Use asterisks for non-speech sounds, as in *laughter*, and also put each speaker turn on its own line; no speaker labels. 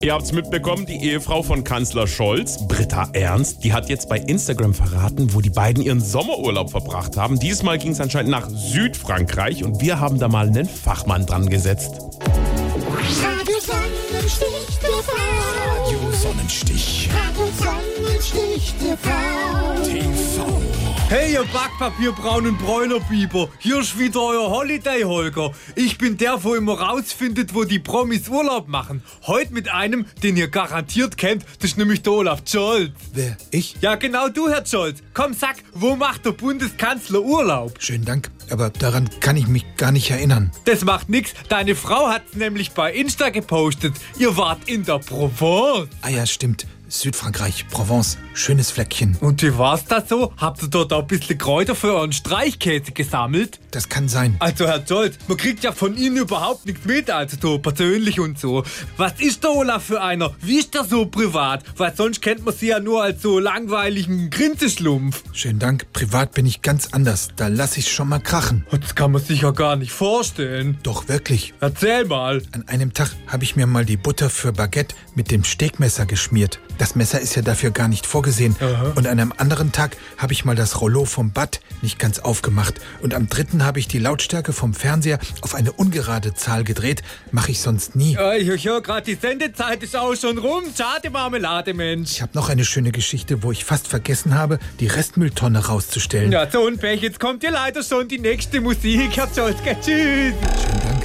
Ihr habt's mitbekommen, die Ehefrau von Kanzler Scholz, Britta Ernst, die hat jetzt bei Instagram verraten, wo die beiden ihren Sommerurlaub verbracht haben. Diesmal ging's anscheinend nach Südfrankreich und wir haben da mal einen Fachmann dran gesetzt.
Radio Sonnenstich TV.
Radio Sonnenstich
Radio Sonnenstich TV.
TV.
Hey, ihr backpapierbraunen Bräunerbiber, hier ist wieder euer Holiday Holger. Ich bin der, wo immer rausfindet, wo die Promis Urlaub machen. Heute mit einem, den ihr garantiert kennt, das ist nämlich der Olaf Scholz.
Wer? Ich?
Ja, genau du, Herr Scholz. Komm, sag, wo macht der Bundeskanzler Urlaub?
Schönen Dank, aber daran kann ich mich gar nicht erinnern.
Das macht nix, deine Frau hat's nämlich bei Insta gepostet. Ihr wart in der Provence.
Ah ja, stimmt. Südfrankreich, Provence, schönes Fleckchen.
Und wie war's da so? Habt ihr dort auch ein bisschen Kräuter für euren Streichkäse gesammelt?
Das kann sein.
Also Herr Scholz, man kriegt ja von Ihnen überhaupt nichts mit, also so persönlich und so. Was ist der Olaf für einer? Wie ist der so privat? Weil sonst kennt man sie ja nur als so langweiligen Grinseschlumpf.
Schönen Dank, privat bin ich ganz anders. Da lasse ich schon mal krachen.
Und Das kann man sich ja gar nicht vorstellen.
Doch wirklich.
Erzähl mal.
An einem Tag habe ich mir mal die Butter für Baguette mit dem Steakmesser geschmiert. Das Messer ist ja dafür gar nicht vorgesehen. Und an einem anderen Tag habe ich mal das Rollo vom Bad nicht ganz aufgemacht. Und am dritten habe ich die Lautstärke vom Fernseher auf eine ungerade Zahl gedreht. Mache ich sonst nie.
Ja, ich höre gerade, die Sendezeit ist auch schon rum. Schade, Marmelade, Mensch.
Ich habe noch eine schöne Geschichte, wo ich fast vergessen habe, die Restmülltonne rauszustellen.
Ja, so ein Pech. Jetzt kommt ja leider schon die nächste Musik. Herr Scholz, gell? *laughs* tschüss.
Schönen Dank.